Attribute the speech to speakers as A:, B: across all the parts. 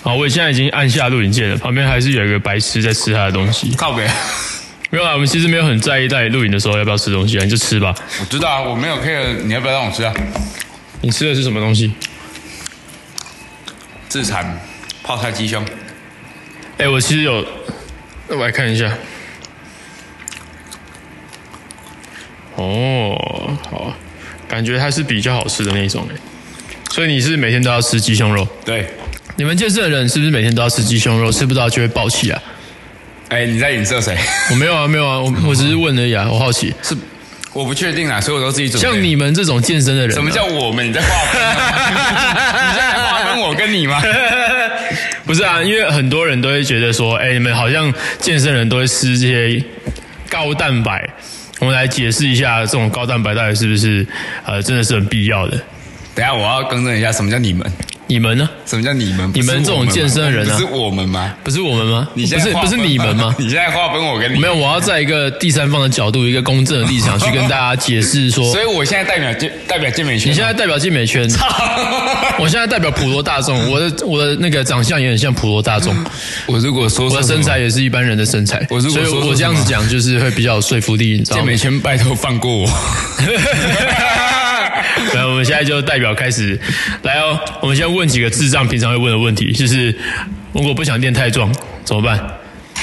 A: 好，我现在已经按下录影键了，旁边还是有一个白痴在吃他的东西。
B: 靠北，
A: 没有啊，我们其实没有很在意在录影的时候要不要吃东西啊，你就吃吧。
B: 我知道啊，我没有 care，你要不要让我吃啊？
A: 你吃的是什么东西？
B: 自产泡菜鸡胸，
A: 哎、我其实有，那我来看一下。哦，好啊，感觉它是比较好吃的那一种哎。所以你是每天都要吃鸡胸肉？
B: 对，
A: 你们健身的人是不是每天都要吃鸡胸肉？吃不到就会爆气啊？
B: 哎、你在影射谁？
A: 我没有啊，没有啊，我我只是问而已啊，我好奇。
B: 是我不确定啊，所以我都自己准备。
A: 像你们这种健身的人、啊，
B: 什么叫我们？你在划分啊？你在划分我跟你 吗？
A: 不是啊，因为很多人都会觉得说，哎、你们好像健身人都会吃这些高蛋白。我们来解释一下，这种高蛋白到底是不是呃真的是很必要的？
B: 等一下我要更正一下，什么叫你们？
A: 你们呢？
B: 什么叫你们？
A: 你们
B: 不是
A: 这
B: 我
A: 种
B: 吗
A: 健身的人啊
B: 不是我们吗？
A: 不是我们吗？
B: 你
A: 不
B: 现在
A: 是
B: 划
A: 不
B: 分？
A: 是你们吗
B: 你现在划分我跟你
A: 没有，，我要在一个第三方的角度，一个公正的立场去跟大家解释 说，
B: 所以我现在代表健代表健美圈。啊
A: 你现在代表健美圈， 我现在代表普罗大众，我的我的那个长相也很像普罗大 众，
B: 我如果说
A: 我的身材，也是一般人的身材，
B: 我如
A: 所
B: 果
A: 以
B: 说
A: 我
B: 错
A: 这样
B: 什
A: 子
B: 么
A: 讲就是会比较有说服力，你知道
B: 健
A: 吗
B: 美？圈拜托放过 我。
A: 来，我们现在就代表开始来哦。我们先问几个智障平常会问的问题，就是如果不想练太壮怎么办？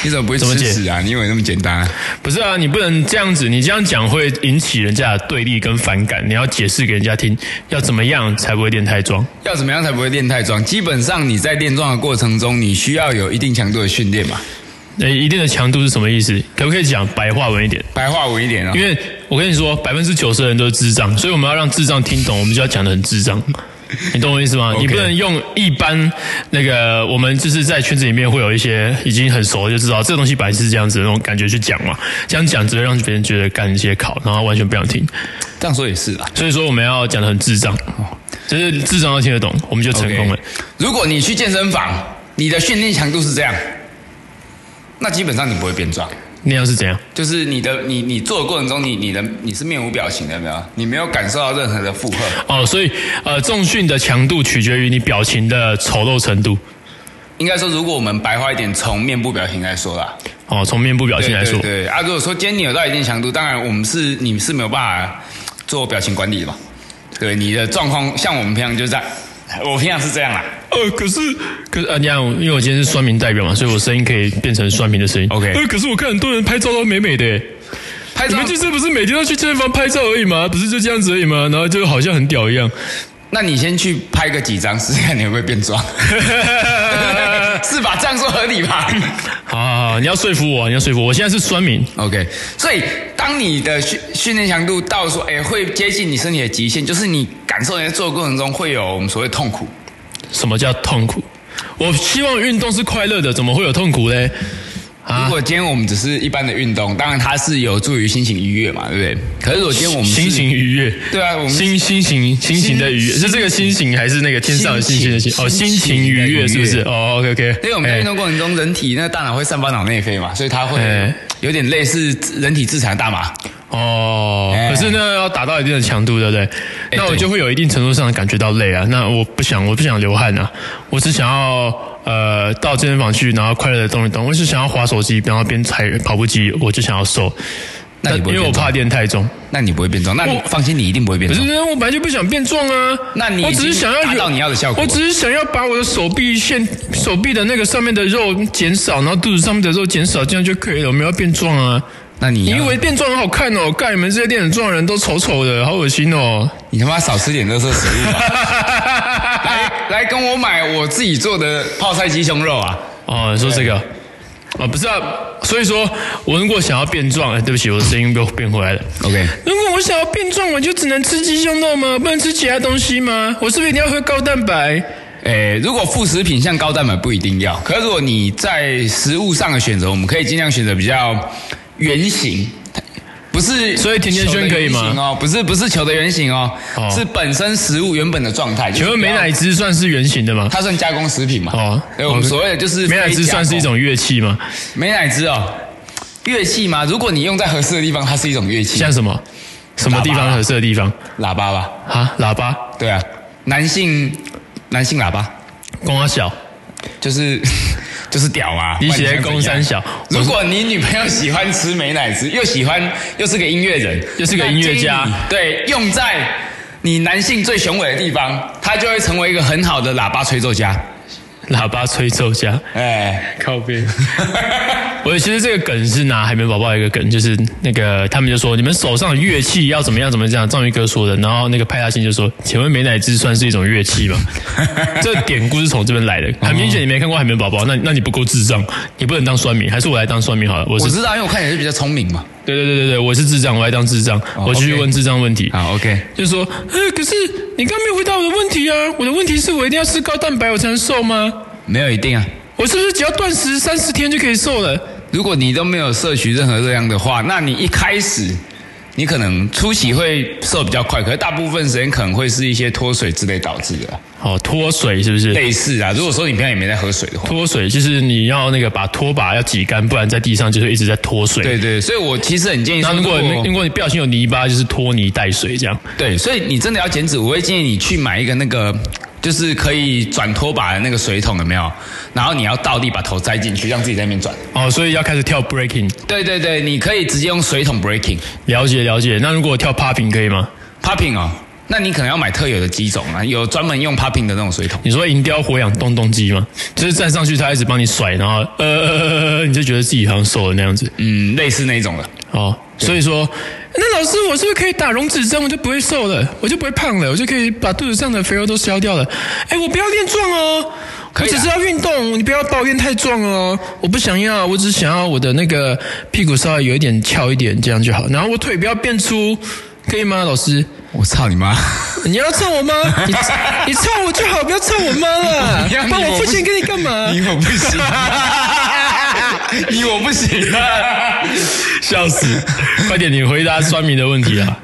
B: 你怎么不会
A: 怎么
B: 吃
A: 解
B: 屎啊？你以为那么简单啊？
A: 不是啊，你不能这样子，你这样讲会引起人家的对立跟反感。你要解释给人家听，要怎么样才不会练太壮？
B: 要怎么样才不会练太壮？基本上你在练壮的过程中，你需要有一定强度的训练嘛。
A: 那一定的强度是什么意思？可不可以讲白话文一点？
B: 白话文一点哦
A: 因，为我跟你说，百分之九十的人都是智障，所以我们要让智障听懂，我们就要讲的很智障。你懂我意思吗
B: OK
A: 你不能用一般那个我们就是在圈子里面会有一些已经很熟就知道这东西本来是这样子的那种感觉去讲嘛，这样讲只会让别人觉得干一些考，然后完全不想听。
B: 这样说也是啊。
A: 所以说我们要讲的很智障，就是智障要听得懂，我们就成功了。
B: OK 如果你去健身房，你的训练强度是这样，那基本上你不会变壮。
A: 那样是怎样？
B: 就是你的你你做的过程中，你你的你是面无表情的，有没有？你没有感受到任何的负荷。
A: 哦，所以呃，重训的强度取决于你表情的丑陋程度。
B: 应该说，如果我们白话一点，从面部表情来说啦，
A: 哦，从面部表情来说，
B: 对对对啊，如果说今天你有到一定强度，当然我们是你是没有办法做表情管理的嘛。对你的状况，像我们平常就这样，我平常是这样啦。
A: 呃，可是，可是啊，你看，因为我今天是酸民代表嘛，所以我声音可以变成酸民的声音。
B: OK
A: 呃，可是我看很多人拍照都美美的耶，
B: 拍
A: 你
B: 照
A: 们，就是不是每天都去健身房拍照而已吗？不是就这样子而已吗？然后就好像很屌一样。
B: 那你先去拍个几张，试试看你会不会 变壮，是吧？这样说合理吧？
A: 好好好，你要说服我，你要说服我，我现在是酸民。
B: OK，所以当你的训训练强度到说，哎、会接近你身体的极限，就是你感受你在做的过程中会有我们所谓痛苦。
A: 什么叫痛苦？我希望运动是快乐的，怎么会有痛苦嘞？啊
B: 如果今天我们只是一般的运动，当然它是有助于心情愉悦嘛，对不对？可是如果今天我们是
A: 心情愉悦，
B: 对啊我们
A: 心心情心情的愉悦，
B: 心
A: 是这个心情还是那个天上的星星的星？
B: 心
A: 哦，心
B: 心
A: 情
B: 情
A: 愉悦
B: 的愉悦
A: 是不是？哦，OK OK，
B: 因为我们在运动过程中，人体那个大脑会散发脑内啡嘛，所以它会
A: 哎
B: 有点类似人体自产的大麻。
A: 哦，
B: 哎
A: 可是呢，要达到一定的强度，对不对？那我
B: 对
A: 就会有一定程度上的感觉到累啊。那我不想，我不想流汗啊，我只想要呃到健身房去，然后快乐的动一动。我是想要滑手机，然后边踩跑步机，我就想要瘦。
B: 那你不
A: 因
B: 会
A: 为我
B: 变
A: 怕
B: 壮？
A: 练太重，
B: 那你不会变壮？那你
A: 我
B: 放心，你一定不会变
A: 可是
B: 壮。
A: 呢，我本来就不想变壮啊。
B: 那你
A: 我只是
B: 已经
A: 想要
B: 达
A: 有
B: 到你要的效果
A: 我只是想要把我的手臂线、手臂的那个上面的肉减少，然后肚子上面的肉减少，这样就可以了。我们要变壮啊。
B: 那你
A: 你
B: 要
A: 以为变壮很好看哦？干，你们这些练很壮的人都丑丑的，好恶心哦！
B: 你他妈少吃点热色食物 吧。来来跟我买我自己做的泡菜鸡胸肉啊！
A: 哦，你说这个，哦，不是啊，所以说我如果想要变壮，哎，对不起，我的声音又变回来了。
B: OK
A: 如果我想要变壮，我就只能吃鸡胸肉吗？不能吃其他东西吗？我是不是一定要喝高蛋白？
B: 诶，呃如果副食品像高蛋白不一定要，可是如果你在食物上的选择，我们可以尽量选择比较圆形，不是
A: 所以甜甜圈可以吗
B: 球的圆形哦，不是不是球的圆形哦，
A: 哦
B: 是本身食物原本的状态。
A: 请问
B: 就是不
A: 美
B: 要
A: 乃滋算是圆形的吗？
B: 它算加工食品嘛？
A: 哦
B: 哦，对，我们所谓的就是
A: 美乃滋
B: 非加
A: 算
B: 工
A: 是一种乐器吗？
B: 美乃滋哦，乐器吗？如果你用在合适的地方，它是一种乐器，
A: 像什么？什么地
B: 喇
A: 方
B: 叭
A: 合适的地方
B: 喇叭吧。
A: 啊？喇叭、
B: 对啊，男性男性喇叭，
A: 光啊小，
B: 就是。 就是屌嘛！
A: 你喜欢
B: 不然你想
A: 攻
B: 怎
A: 三
B: 样
A: 小
B: 如果你女朋友喜欢吃美乃滋， 又喜欢又是个音乐人，
A: 又是个音乐家
B: 那建议你对，用在你男性最雄伟的地方，他就会成为一个很好的喇叭吹奏家。
A: 喇叭吹奏家，
B: 哎，
A: 靠边。我其实这个梗是拿海绵宝宝的一个梗，就是那个他们就说你们手上的乐器要怎么样怎么样，章鱼哥说的，然后那个派大星就说，请问美乃滋算是一种乐器 吗？这典故是从这边来的，
B: 嗯
A: 很明显你没看过海绵宝宝，那那你不够智障，你不能当酸民，还是我来当酸民好了，我
B: 我
A: 是
B: 知道，因为我看你是比较聪明嘛。
A: 对对对对对，我是智障，我来当智障，我继续
B: 哦 OK
A: 问智障问题。
B: 好，OK，
A: 就说，呃，可是你刚没有回答我的问题啊！我的问题是我一定要吃高蛋白我才能瘦吗？
B: 没有一定啊。
A: 我是不是只要断食三十天就可以瘦了？
B: 如果你都没有摄取任何热量的话，那你一开始你可能初期会瘦比较快，可是大部分时间可能会是一些脱水之类导致的啊，
A: 哦，脱水是不是？
B: 类似啊。如果说你平常也没在喝水的话，
A: 脱水就是你要那个把拖把要挤干，不然在地上就是一直在脱水。
B: 对对，所以我其实很建议
A: 然
B: 说，
A: 后如
B: 如
A: 果你如
B: 果
A: 果你不小心有泥巴，就是拖泥带水这样。
B: 对，所以你真的要减脂，我会建议你去买一个那个。就是可以转拖把的那个水桶有没有？然后你要倒立把头栽进去，让自己在那边转。
A: 哦，所以要开始跳 breaking，
B: 对对对，你可以直接用水桶 breaking
A: 了解了解。那如果跳 popping 可以吗？
B: popping 哦，那你可能要买特有的机种啊，有专门用 popping 的那种水桶。
A: 你说银雕火养动动机吗？就是站上去，它一直帮你甩，然后呃呃呃呃呃，你就觉得自己好像瘦了那样子。
B: 嗯，类似那一种的。
A: 哦，所以说，那老师，我是不是可以打溶脂针，我就不会瘦了，我就不会胖了，我就可以把肚子上的肥肉都消掉了？哎，我不要练壮哦，
B: 可
A: 我
B: 以啊
A: 只是要运动，你不要把我练太壮哦，我不想要，我只想要我的那个屁股稍微有一点翘一点，这样就好，然后我腿不要变粗，可以吗，老师？
B: 我操你妈！
A: 你要蹭我吗？ 你你蹭我就好，不要蹭我妈了
B: 你要，你
A: 帮
B: 我
A: 我
B: 不
A: 付钱给你干嘛？
B: 哦 你我不行，你我不 行啊！
A: 笑死！ 快点，你回答酸民的问题啊！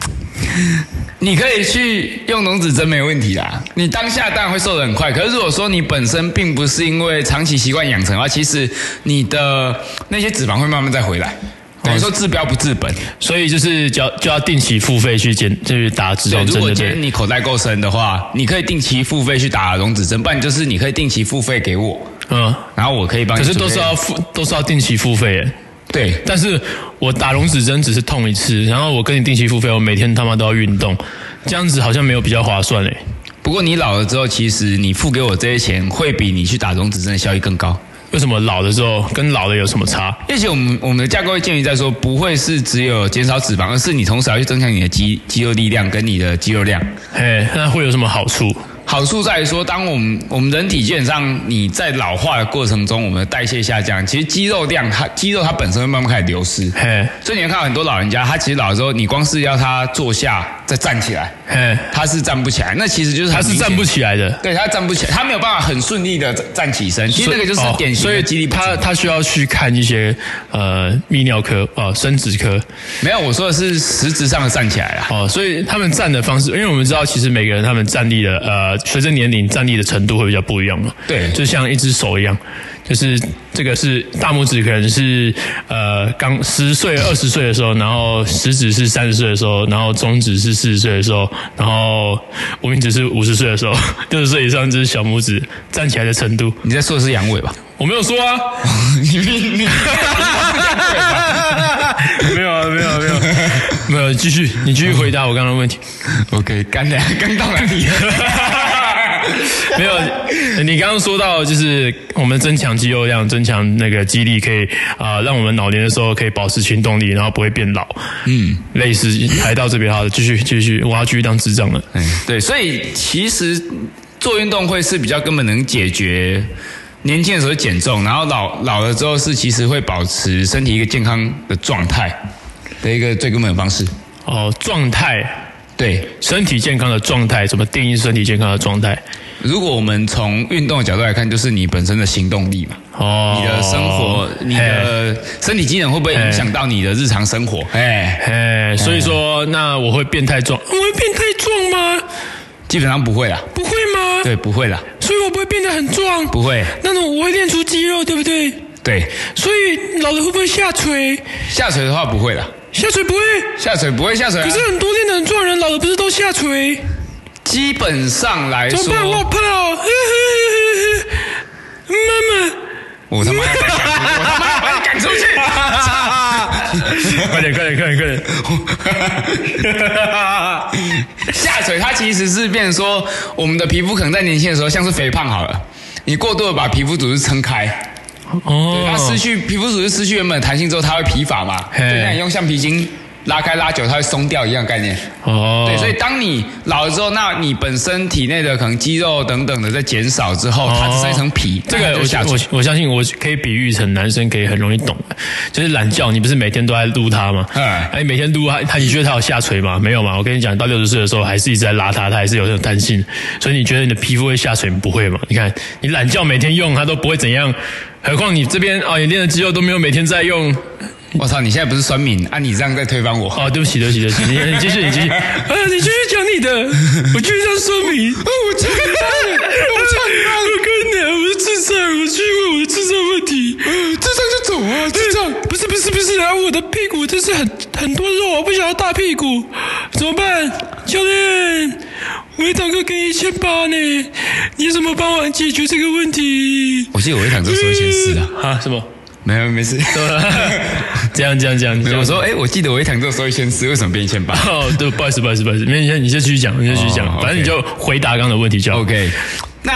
B: 你可以去用溶脂针没问题啦。你当下当然会瘦得很快，可是如果说你本身并不是因为长期习惯养成的话，其实你的那些脂肪会慢慢再回来。等
A: 哦
B: 于说治标不治本。
A: 所以就是就要就要定期付费去检去打脂
B: 对，
A: 肪
B: 如
A: 针
B: 果
A: 哦的
B: 今天
A: 对。
B: 你口袋够深的话，你可以定期付费去打溶脂针，不然就是你可以定期付费给我，
A: 嗯，
B: 然后我可以帮你
A: 可
B: 准
A: 是
B: 备。
A: 都是要付都是要定期付费耶。
B: 对
A: 但是我打溶脂针只是痛一次，然后我跟你定期付费，我每天他妈都要运动，这样子好像没有比较划算欸嘞。
B: 不过你老了之后，其实你付给我这些钱，会比你去打溶脂针的效益更高。
A: 为什么老的时候跟老的有什么差？
B: 而且我们我们的架构会建议在说，不会是只有减少脂肪，而是你同时要去增强你的肌肌肉力量跟你的肌肉量。
A: 嘿，那会有什么好处？
B: 好处在于说，当我们我们人体基本上你在老化的过程中，我们的代谢下降，其实肌肉量它肌肉它本身会慢慢开始流失。
A: 嘿，
B: 所以你会看到很多老人家，他其实老了之后，你光是要他坐下再站起来，
A: 嘿，
B: 他是站不起来，那其实就是
A: 他
B: 很
A: 是
B: 明显
A: 站不起来的，
B: 对他站不起来，他没有办法很顺利的站起身。其实这个就是
A: 哦
B: 典型
A: 所
B: 的
A: 以
B: 肌力不足。
A: 他他需要去看一些呃泌尿科哦生殖科。
B: 没有，我说的是实质上的站起来啦。
A: 哦，所以他们站的方式，因为我们知道，其实每个人他们站立的呃，随着年龄站立的程度会比较不一样嘛。
B: 对
A: 就像一只手一样，就是这个是大拇指，可能是呃刚十岁、二十岁的时候，然后食指是三十岁的时候，然后中指是四十岁的时候，然后无名指是五十岁的时候， 六十岁以上就是小拇指站起来的程度。
B: 你在说的是阳痿吧？
A: 我没有说啊，
B: 你你
A: 没有啊，没有、啊、没有、 没有，继续，你继续回答我刚刚的问题。
B: OK，刚才刚到哪里？
A: 没有，你刚刚说到就是我们增强肌肉量、增强那个肌力，可以啊、呃让我们老年的时候可以保持行动力，然后不会变老。嗯，类似来到这边，好的， 继续继续，我要继续当智障了。
B: 对，所以其实做运动会是比较根本能解决年轻的时候减重，然后老老了之后是其实会保持身体一个健康的状态的一个最根本的方式。
A: 哦，状态，
B: 对，
A: 身体健康的状态，怎么定义身体健康的状态？
B: 如果我们从运动的角度来看，就是你本身的行动力嘛。
A: 哦，
B: 你的生活，你的身体机能会不会影响到你的日常生活？哎，
A: 嘿。哎，所以说，那我会变态壮？我会变态壮吗？
B: 基本上不会啦，
A: 不会吗？，
B: 对，不会啦，
A: 所以我不会变得很壮。
B: 不会，
A: 那种我会练出肌肉，对不对？
B: 对，
A: 所以老了会不会下垂？
B: 下垂的话不会啦，
A: 下垂不会，
B: 下垂不会下垂啊、
A: 可是很多练得很壮的人老了不是都下垂？
B: 基本上来
A: 怎么办？我 好，
B: 说
A: 怕哦！呵呵呵呵呵妈妈，
B: 我他妈要把你赶出去，我他妈要把你赶出去！
A: 快点，快点，快点，快点！
B: 下垂它其实是变成说，我们的皮肤可能在年轻的时候像是肥胖好了，你过度的把皮肤组织撑开，
A: 哦
B: 它失去皮肤组织失去原本的弹性之后，它会疲乏嘛？
A: 嘿
B: 就像你用橡皮筋拉开拉久，它会松掉一样的概念。
A: 哦，
B: 对，所以当你老了之后，那你本身体内的可能肌肉等等的在减少之后，它只剩一层皮，
A: 哦这
B: 那它
A: 个
B: 就
A: 我
B: 下
A: 相
B: 垂
A: 我我相信我可以比喻成男生可以很容易懂，就是懒觉，你不是每天都在撸它吗？
B: 嗯
A: 哎，每天撸它，它你觉得它有下垂吗？没有嘛？我跟你讲，到六十岁的时候还是一直在拉它，它还是有这种弹性，所以你觉得你的皮肤会下垂？不会嘛？你看你懒觉每天用它都不会怎样，何况你这边哦，你练的肌肉都没有每天在用
B: 我操，你现在不是酸民啊？你这样在推翻我。
A: 哦，对不起，对不起，对不起，你你继续，你继续，啊，你继续讲你的，我继续这样说明。
B: 啊 我操你妈的！我操你妈的！
A: 我跟你讲，我是智障，我去问我的智障问题。
B: 智障就走啊！智障，
A: 哎不是不是不是，然后我的屁股就是很很多肉，啊我不想要大屁股，怎么办？教练，我一堂课给一千八呢，你有什么帮我解决这个问题？
B: 我记得我一堂课说一千四啊，
A: 啊，什么？
B: 没有没事。
A: 这样这样这样，
B: 我
A: 我说
B: 说，哎，我记得我一堂课说一千四，为什么变一千八？
A: 哦，对，不好意思不好意思不好意思，没你先你先继续讲，你先继续讲，
B: 哦
A: 反正你就
B: OK
A: 回答刚刚的问题就好。
B: OK，那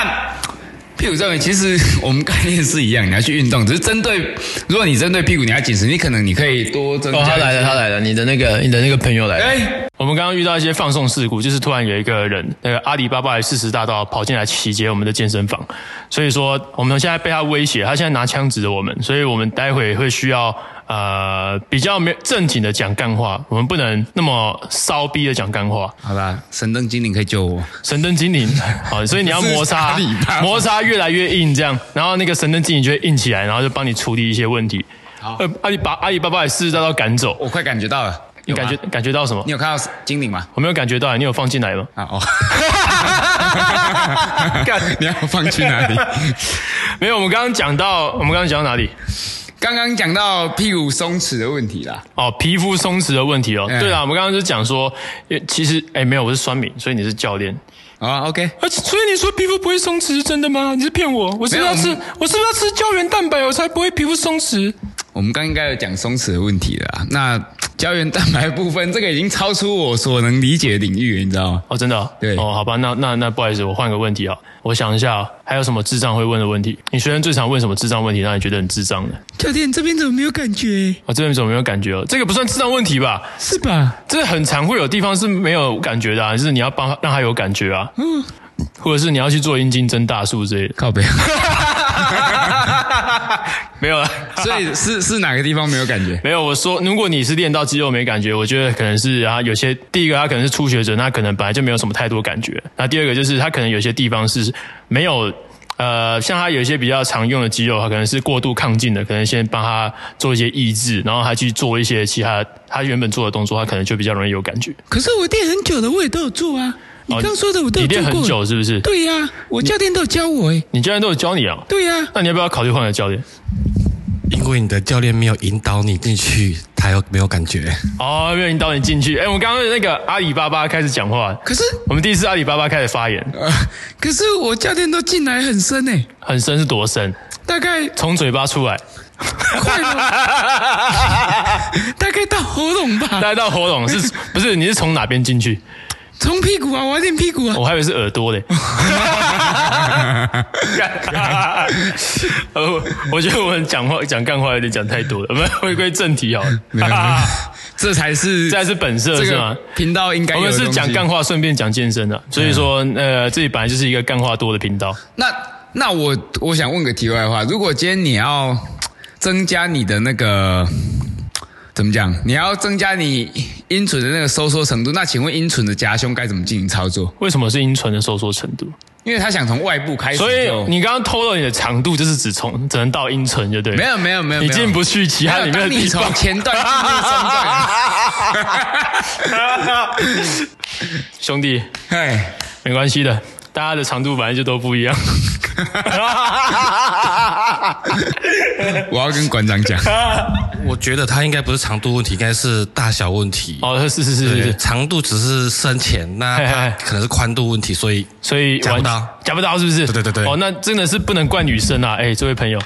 B: 屁股这边其实我们概念是一样，你要去运动，只是针对如果你针对屁股你要紧实，你可能你可以多增加。
A: 哦，他来了，他来了，你的那个你的那个朋友来了。
B: 哎，
A: 我们刚刚遇到一些放送事故，就是突然有一个人，那个阿里巴巴的四十大盗跑进来洗劫我们的健身房，所以说我们现在被他威胁，他现在拿枪指着我们，所以我们待会会需要呃比较没正经的讲干话，我们不能那么骚逼的讲干话。
B: 好啦，神灯精灵可以救我。
A: 神灯精灵，好，所以你要摩擦
B: 是阿里巴，巴
A: 摩擦越来越硬，这样，然后那个神灯精灵就会硬起来，然后就帮你处理一些问题。
B: 好
A: 呃，阿里巴阿里巴巴也四十大盗赶走，
B: 我快感觉到了，
A: 你
B: 有吗
A: 感觉？感觉到什么
B: 你？有看到精灵吗？
A: 我没有感觉到，你有放进来吗？
B: 啊 哦， 干，你要放去哪里？
A: 没有，我们刚刚讲到，我们刚刚讲到哪里？
B: 刚刚讲到屁股松弛的问题啦，
A: 哦，皮肤松弛的问题哦。
B: 嗯
A: 对啊，我们刚刚就讲说，因为其实哎，没有，我是酸敏，所以你是教练。
B: 啊，OK，
A: 而且，所以你说皮肤不会松弛是真的吗？你是骗我！我是
B: 不是要吃
A: 我是不是要吃胶原蛋白，我才不会皮肤松弛？
B: 我们刚应该有讲松弛的问题了啦。那胶原蛋白部分，这个已经超出我所能理解的领域了，你知道吗？
A: 哦，真的、哦？
B: 对
A: 哦，好吧，那那那不好意思，我换个问题啊、我想一下、还有什么智障会问的问题？你学生最常问什么智障问题，让你觉得很智障的？
B: 教练这边怎么没有感觉？
A: 我、这边怎么没有感觉哦？这个不算智障问题吧？
B: 是吧？
A: 这很常会有地方是没有感觉的、啊，就是你要帮他让他有感觉啊，或者是你要去做阴茎增大术之类的，
B: 靠背。
A: 没
C: 啊
A: 有了。
B: 所以是是哪个地方没有感 觉？
A: 没有，我说，如果你是练到肌肉没感觉，我觉得可能是啊，有些第一个他可能是初学者，那可能本来就没有什么太多感觉。那第二个就是他可能有些地方是没有，呃，像他有一些比较常用的肌肉，他可能是过度亢进的，可能先帮他做一些抑制，然后他去做一些其他他原本做的动作，他可能就比较容易有感觉。
C: 可是我练很久的，我也都有做啊。你
A: 哦
C: 刚说的我都
A: 你
C: 有做
A: 练
C: 过。
A: 很久是不是？
C: 对呀、我教练都有教我诶、
A: 你教练都有教你啊？
C: 对呀、
A: 那你要不要考虑换个教练？
D: 因为你的教练没有引导你进去，他有没有感觉？
A: 哦，没有引导你进去。哎，我们刚刚那个阿里巴巴开始讲话，
C: 可是
A: 我们第一次阿里巴巴开始发言，
C: 呃，可是我教练都进来很深诶、
A: 很深是多深？
C: 大概
A: 从嘴巴 出来，
C: 快了，大概到喉咙吧，
A: 大家到喉咙是不是？你是从哪边进去？
C: 从屁股啊，我要练屁股啊。
A: 我还以为是耳朵 嘞。干呃，我我觉得我们讲话讲干话有点讲太多了，我们回归正题好了。
B: 没有，没有 这才是
A: 啊这才是本色
B: 这
A: 是吗
B: 个？频道应该
A: 我
B: 有的
A: 们是
B: 东西
A: 讲干话，顺便讲健身的，所以说呃，这里本来就是一个干话多的频道。
B: 那那我我想问个题外话，如果今天你要增加你的那个怎么讲？你要增加你阴唇的那个收缩程度，那请问阴唇的夹胸该怎么进行操作？
A: 为什么是阴唇的收缩程度？
B: 因为他想从外部开始就，
A: 所以你刚刚透露你的长度就是只从只能到阴唇，就对了。
B: 没有没有没有，
A: 你
B: 没有
A: 进不去其他里面的
B: 没有
A: 地
B: 当你
A: 方
B: 从。前段进入上段，
A: 兄弟，
B: 哎，
A: 没关系的，大家的长度本来就都不一样。
B: 我要跟馆长讲，
D: 我觉得它应该不是长度问题，应该是大小问题。
A: 哦，是是是是
D: 对，
A: 是，
D: 长度只是深浅，那
A: 嘿嘿
D: 它
A: 嘿
D: 可能是宽度问题，所以
A: 所以
D: 夹不
A: 完
D: 到，
A: 夹不到是不是？
D: 对对对对
A: 哦，那真的是不能怪女生啊！哎，这位朋友，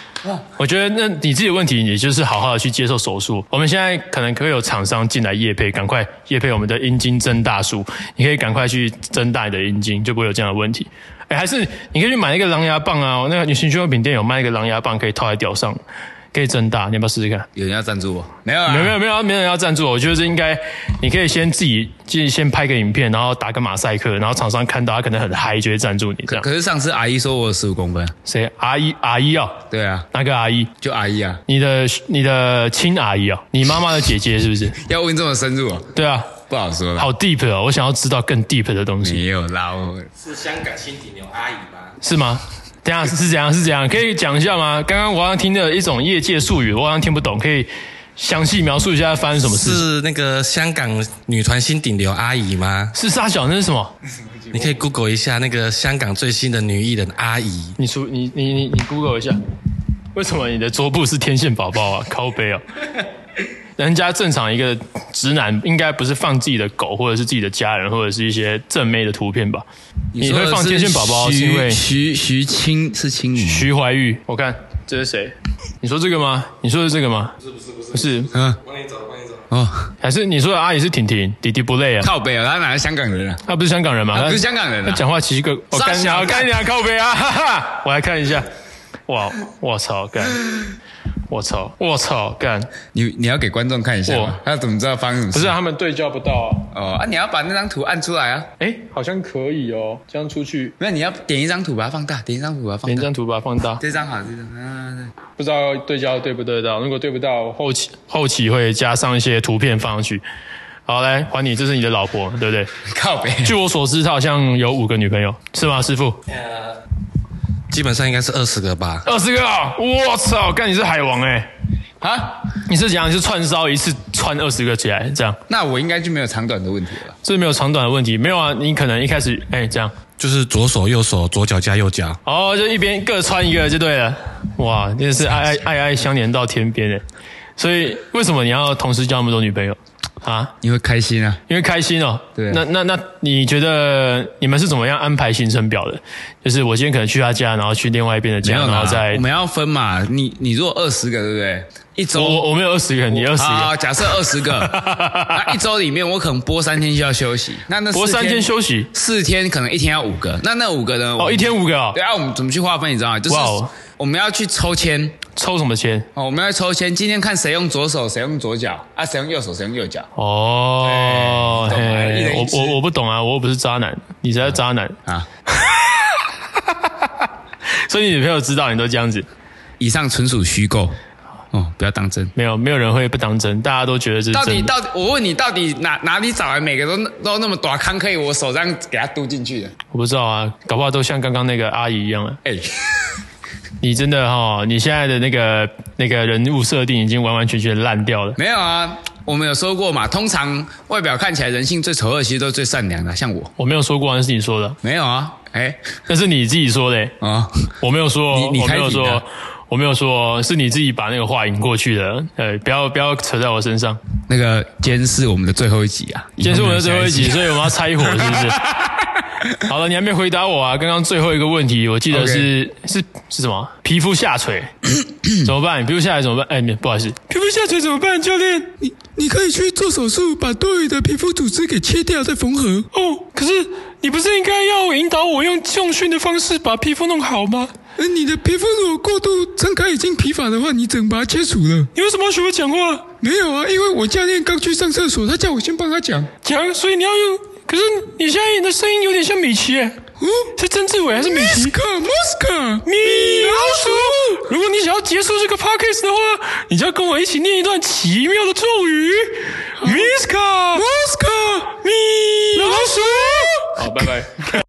A: 我觉得那你自己的问题，也就是好好的去接受手术。我们现在可能会有厂商进来夜配，赶快夜配我们的阴茎增大术，你可以赶快去增大你的阴茎，就不会有这样的问题。哎，还是你可以去买一个狼牙棒啊，那个情趣用品店有卖一个狼牙棒，可以套在屌上，可以增大，你要不要试试看？
B: 有人要赞助我？没有啊，
A: 没有没有没有没有人要赞助我，我觉得这应该，你可以先自己自己先拍个影片，然后打个马赛克，然后厂商看到他可能很嗨，就会赞助你这样。
B: 可是上次阿姨说我十五公分，
A: 谁阿姨阿姨哦，
B: 对啊，
A: 哪个阿姨？
B: 就阿姨啊，
A: 你的你的亲阿姨哦，你妈妈的姐姐是不是？
B: 要问这么深入、哦，
A: 对啊，
B: 不好说了。
A: 好 deep 哦，我想要知道更 deep 的东西
B: 没有啦，我
D: 是香港新顶牛阿姨吗？
A: 是吗？等一下是怎样是怎样？可以讲一下吗？刚刚我好像听的一种业界术语，我好像听不懂，可以详细描述一下发生什么事？
D: 是那个香港女团新顶流阿姨吗？
A: 是沙小那是什么？
D: 你可以 Google 一下那个香港最新的女艺人阿姨，
A: 你出你你你你 Google 一下，为什么你的桌布是天线宝宝啊？靠背哦，人家正常一个直男应该不是放自己的狗或者是自己的家人或者是一些正妹的图片吧？你会放天线宝宝哦是因为
B: 徐徐青是青女，
A: 徐怀钰？我看这是谁？你说这个吗？你说的这个吗？不是不是不是不是，
B: 嗯哦，
A: 还是你说的阿姨是婷婷弟弟不累啊？
B: 靠北啊，他哪是香港人啊？
A: 他不是香港人吗？
B: 他不是香港人啊
A: 他讲话奇奇怪。我
B: 傻
A: 干你
B: 小
A: 啊！
B: 子
A: 干你啊！靠背啊！哈哈，我来看一下。哇！我操！干！我操！我操！干！
B: 你你要给观众看一下吗
A: 我？
B: 他怎么知道发生什么
A: 哦不
B: 事？
A: 是啊他们对焦不到啊。
B: 哦啊，你要把那张图按出来啊，
A: 哎，好像可以哦，这样出去。
B: 没有，你要点一张图把它放大，点一张图把它放
A: 连
B: 大。
A: 张图把它放大，
B: 这张好，这张啊，
A: 不知道对焦对不对到。如果对不到，后期后期会加上一些图片放上去。好，来还你，这是你的老婆，对不 对？
B: 对 靠北。
A: 据我所知，她好像有五个女朋友，是吗，师傅？
D: 基本上应该是二十个吧。
A: 二十个啊！我操，干你是海王哎、
B: 啊，
A: 你是怎样？你是串烧一次串二十个起来，这样
B: 那我应该就没有长短的问题了。
A: 这没有长短的问题。没有啊，你可能一开始哎、这样，
D: 就是左手右手，左脚加右脚。
A: 哦，就一边各穿一个就对了。哇，真的是爱爱爱爱相连到天边哎。所以为什么你要同时交那么多女朋友啊？
B: 你会开心啊？
A: 因为开心哦。
B: 对啊
A: 那那那你觉得你们是怎么样安排行程表的？就是我今天可能去他家，然后去另外一边的
B: 没
A: 家，
B: 有
A: 然后
B: 啦
A: 再
B: 我们要分嘛。你你如果二十个，对不对？一周
A: 我我我没有二十个，你二十
B: 好，
A: 个，
B: 假设 二十个，那一周里面我可能播三天就要休息，那那
A: 我
B: 四
A: 三天休息
B: 四天可能一天要五个，那那五个呢？我
A: 哦，
B: 们
A: 一天五个哦
B: 对，啊，我们怎么去划分？你知道吗？就是
A: 哇哦
B: 我们要去抽签
A: 抽什么签？
B: 哦，我们要抽签，今天看谁用左手，谁用左脚啊，谁用右手，谁用右脚
A: 哦，
B: 对懂吗一
A: 嘿
B: 人一
A: 我
B: 只
A: 我我不懂啊，我又不是渣男，你才是渣男，
B: 啊。
A: 所以你女朋友知道你都这样子，
B: 以上纯属虚构哦，不要当真。
A: 没有没有人会不当真，大家都觉得这
B: 到
A: 是
B: 底
A: 真的。
B: 到底，我问你，到底哪哪里找来每个都都那么短康，可以我手这样给它嘟进去的？
A: 我不知道啊，搞不好都像刚刚那个阿姨一样啊。
B: 哎、
A: 你真的哈、你现在的那个那个人物设定已经完完全全烂掉了。
B: 没有啊，我们有说过嘛，通常外表看起来人性最丑恶，其实都是最善良的，像我
A: 我没有说过啊，那是你说的，
B: 没有啊，哎、
A: 那是你自己说的、欸
B: 啊、
A: 我没有说，
B: 你你
A: 我没有
B: 开庭啊
A: 说
B: 的，
A: 我没有说，是你自己把那个话引过去的。呃，不要不要扯在我身上。
B: 那个今天是我们的最后一集啊，
A: 今天是我们的
B: 以后
A: 最
B: 没
A: 后
B: 有
A: 一
B: 下
A: 集，所以我们要拆伙，是不是？ 好了，你还没回答我啊！刚刚最后一个问题，我记得是是是什么？皮肤下 垂怎么办？皮肤下垂怎么办？哎，没不好意思，
C: 皮肤下垂怎么办，教练？你你可以去做手术，把多余的皮肤组织给切掉再缝合。哦，可是你不是应该要引导我用重训的方式把皮肤弄好吗？嗯，你的皮肤如果过度张开已经疲乏的话，你整把它切除了。你为什么要学我讲话？没有啊，因为我教练刚去上厕所，他叫我先帮他讲。讲，所以你要用。可是你现在的声音有点像米奇，嗯，是曾志伟还是米奇？莫斯科，米老鼠。如果你想要结束这个 podcast 的话，你就要跟我一起念一段奇妙的咒语：Miska，Miska，米老鼠。
A: 好，拜拜。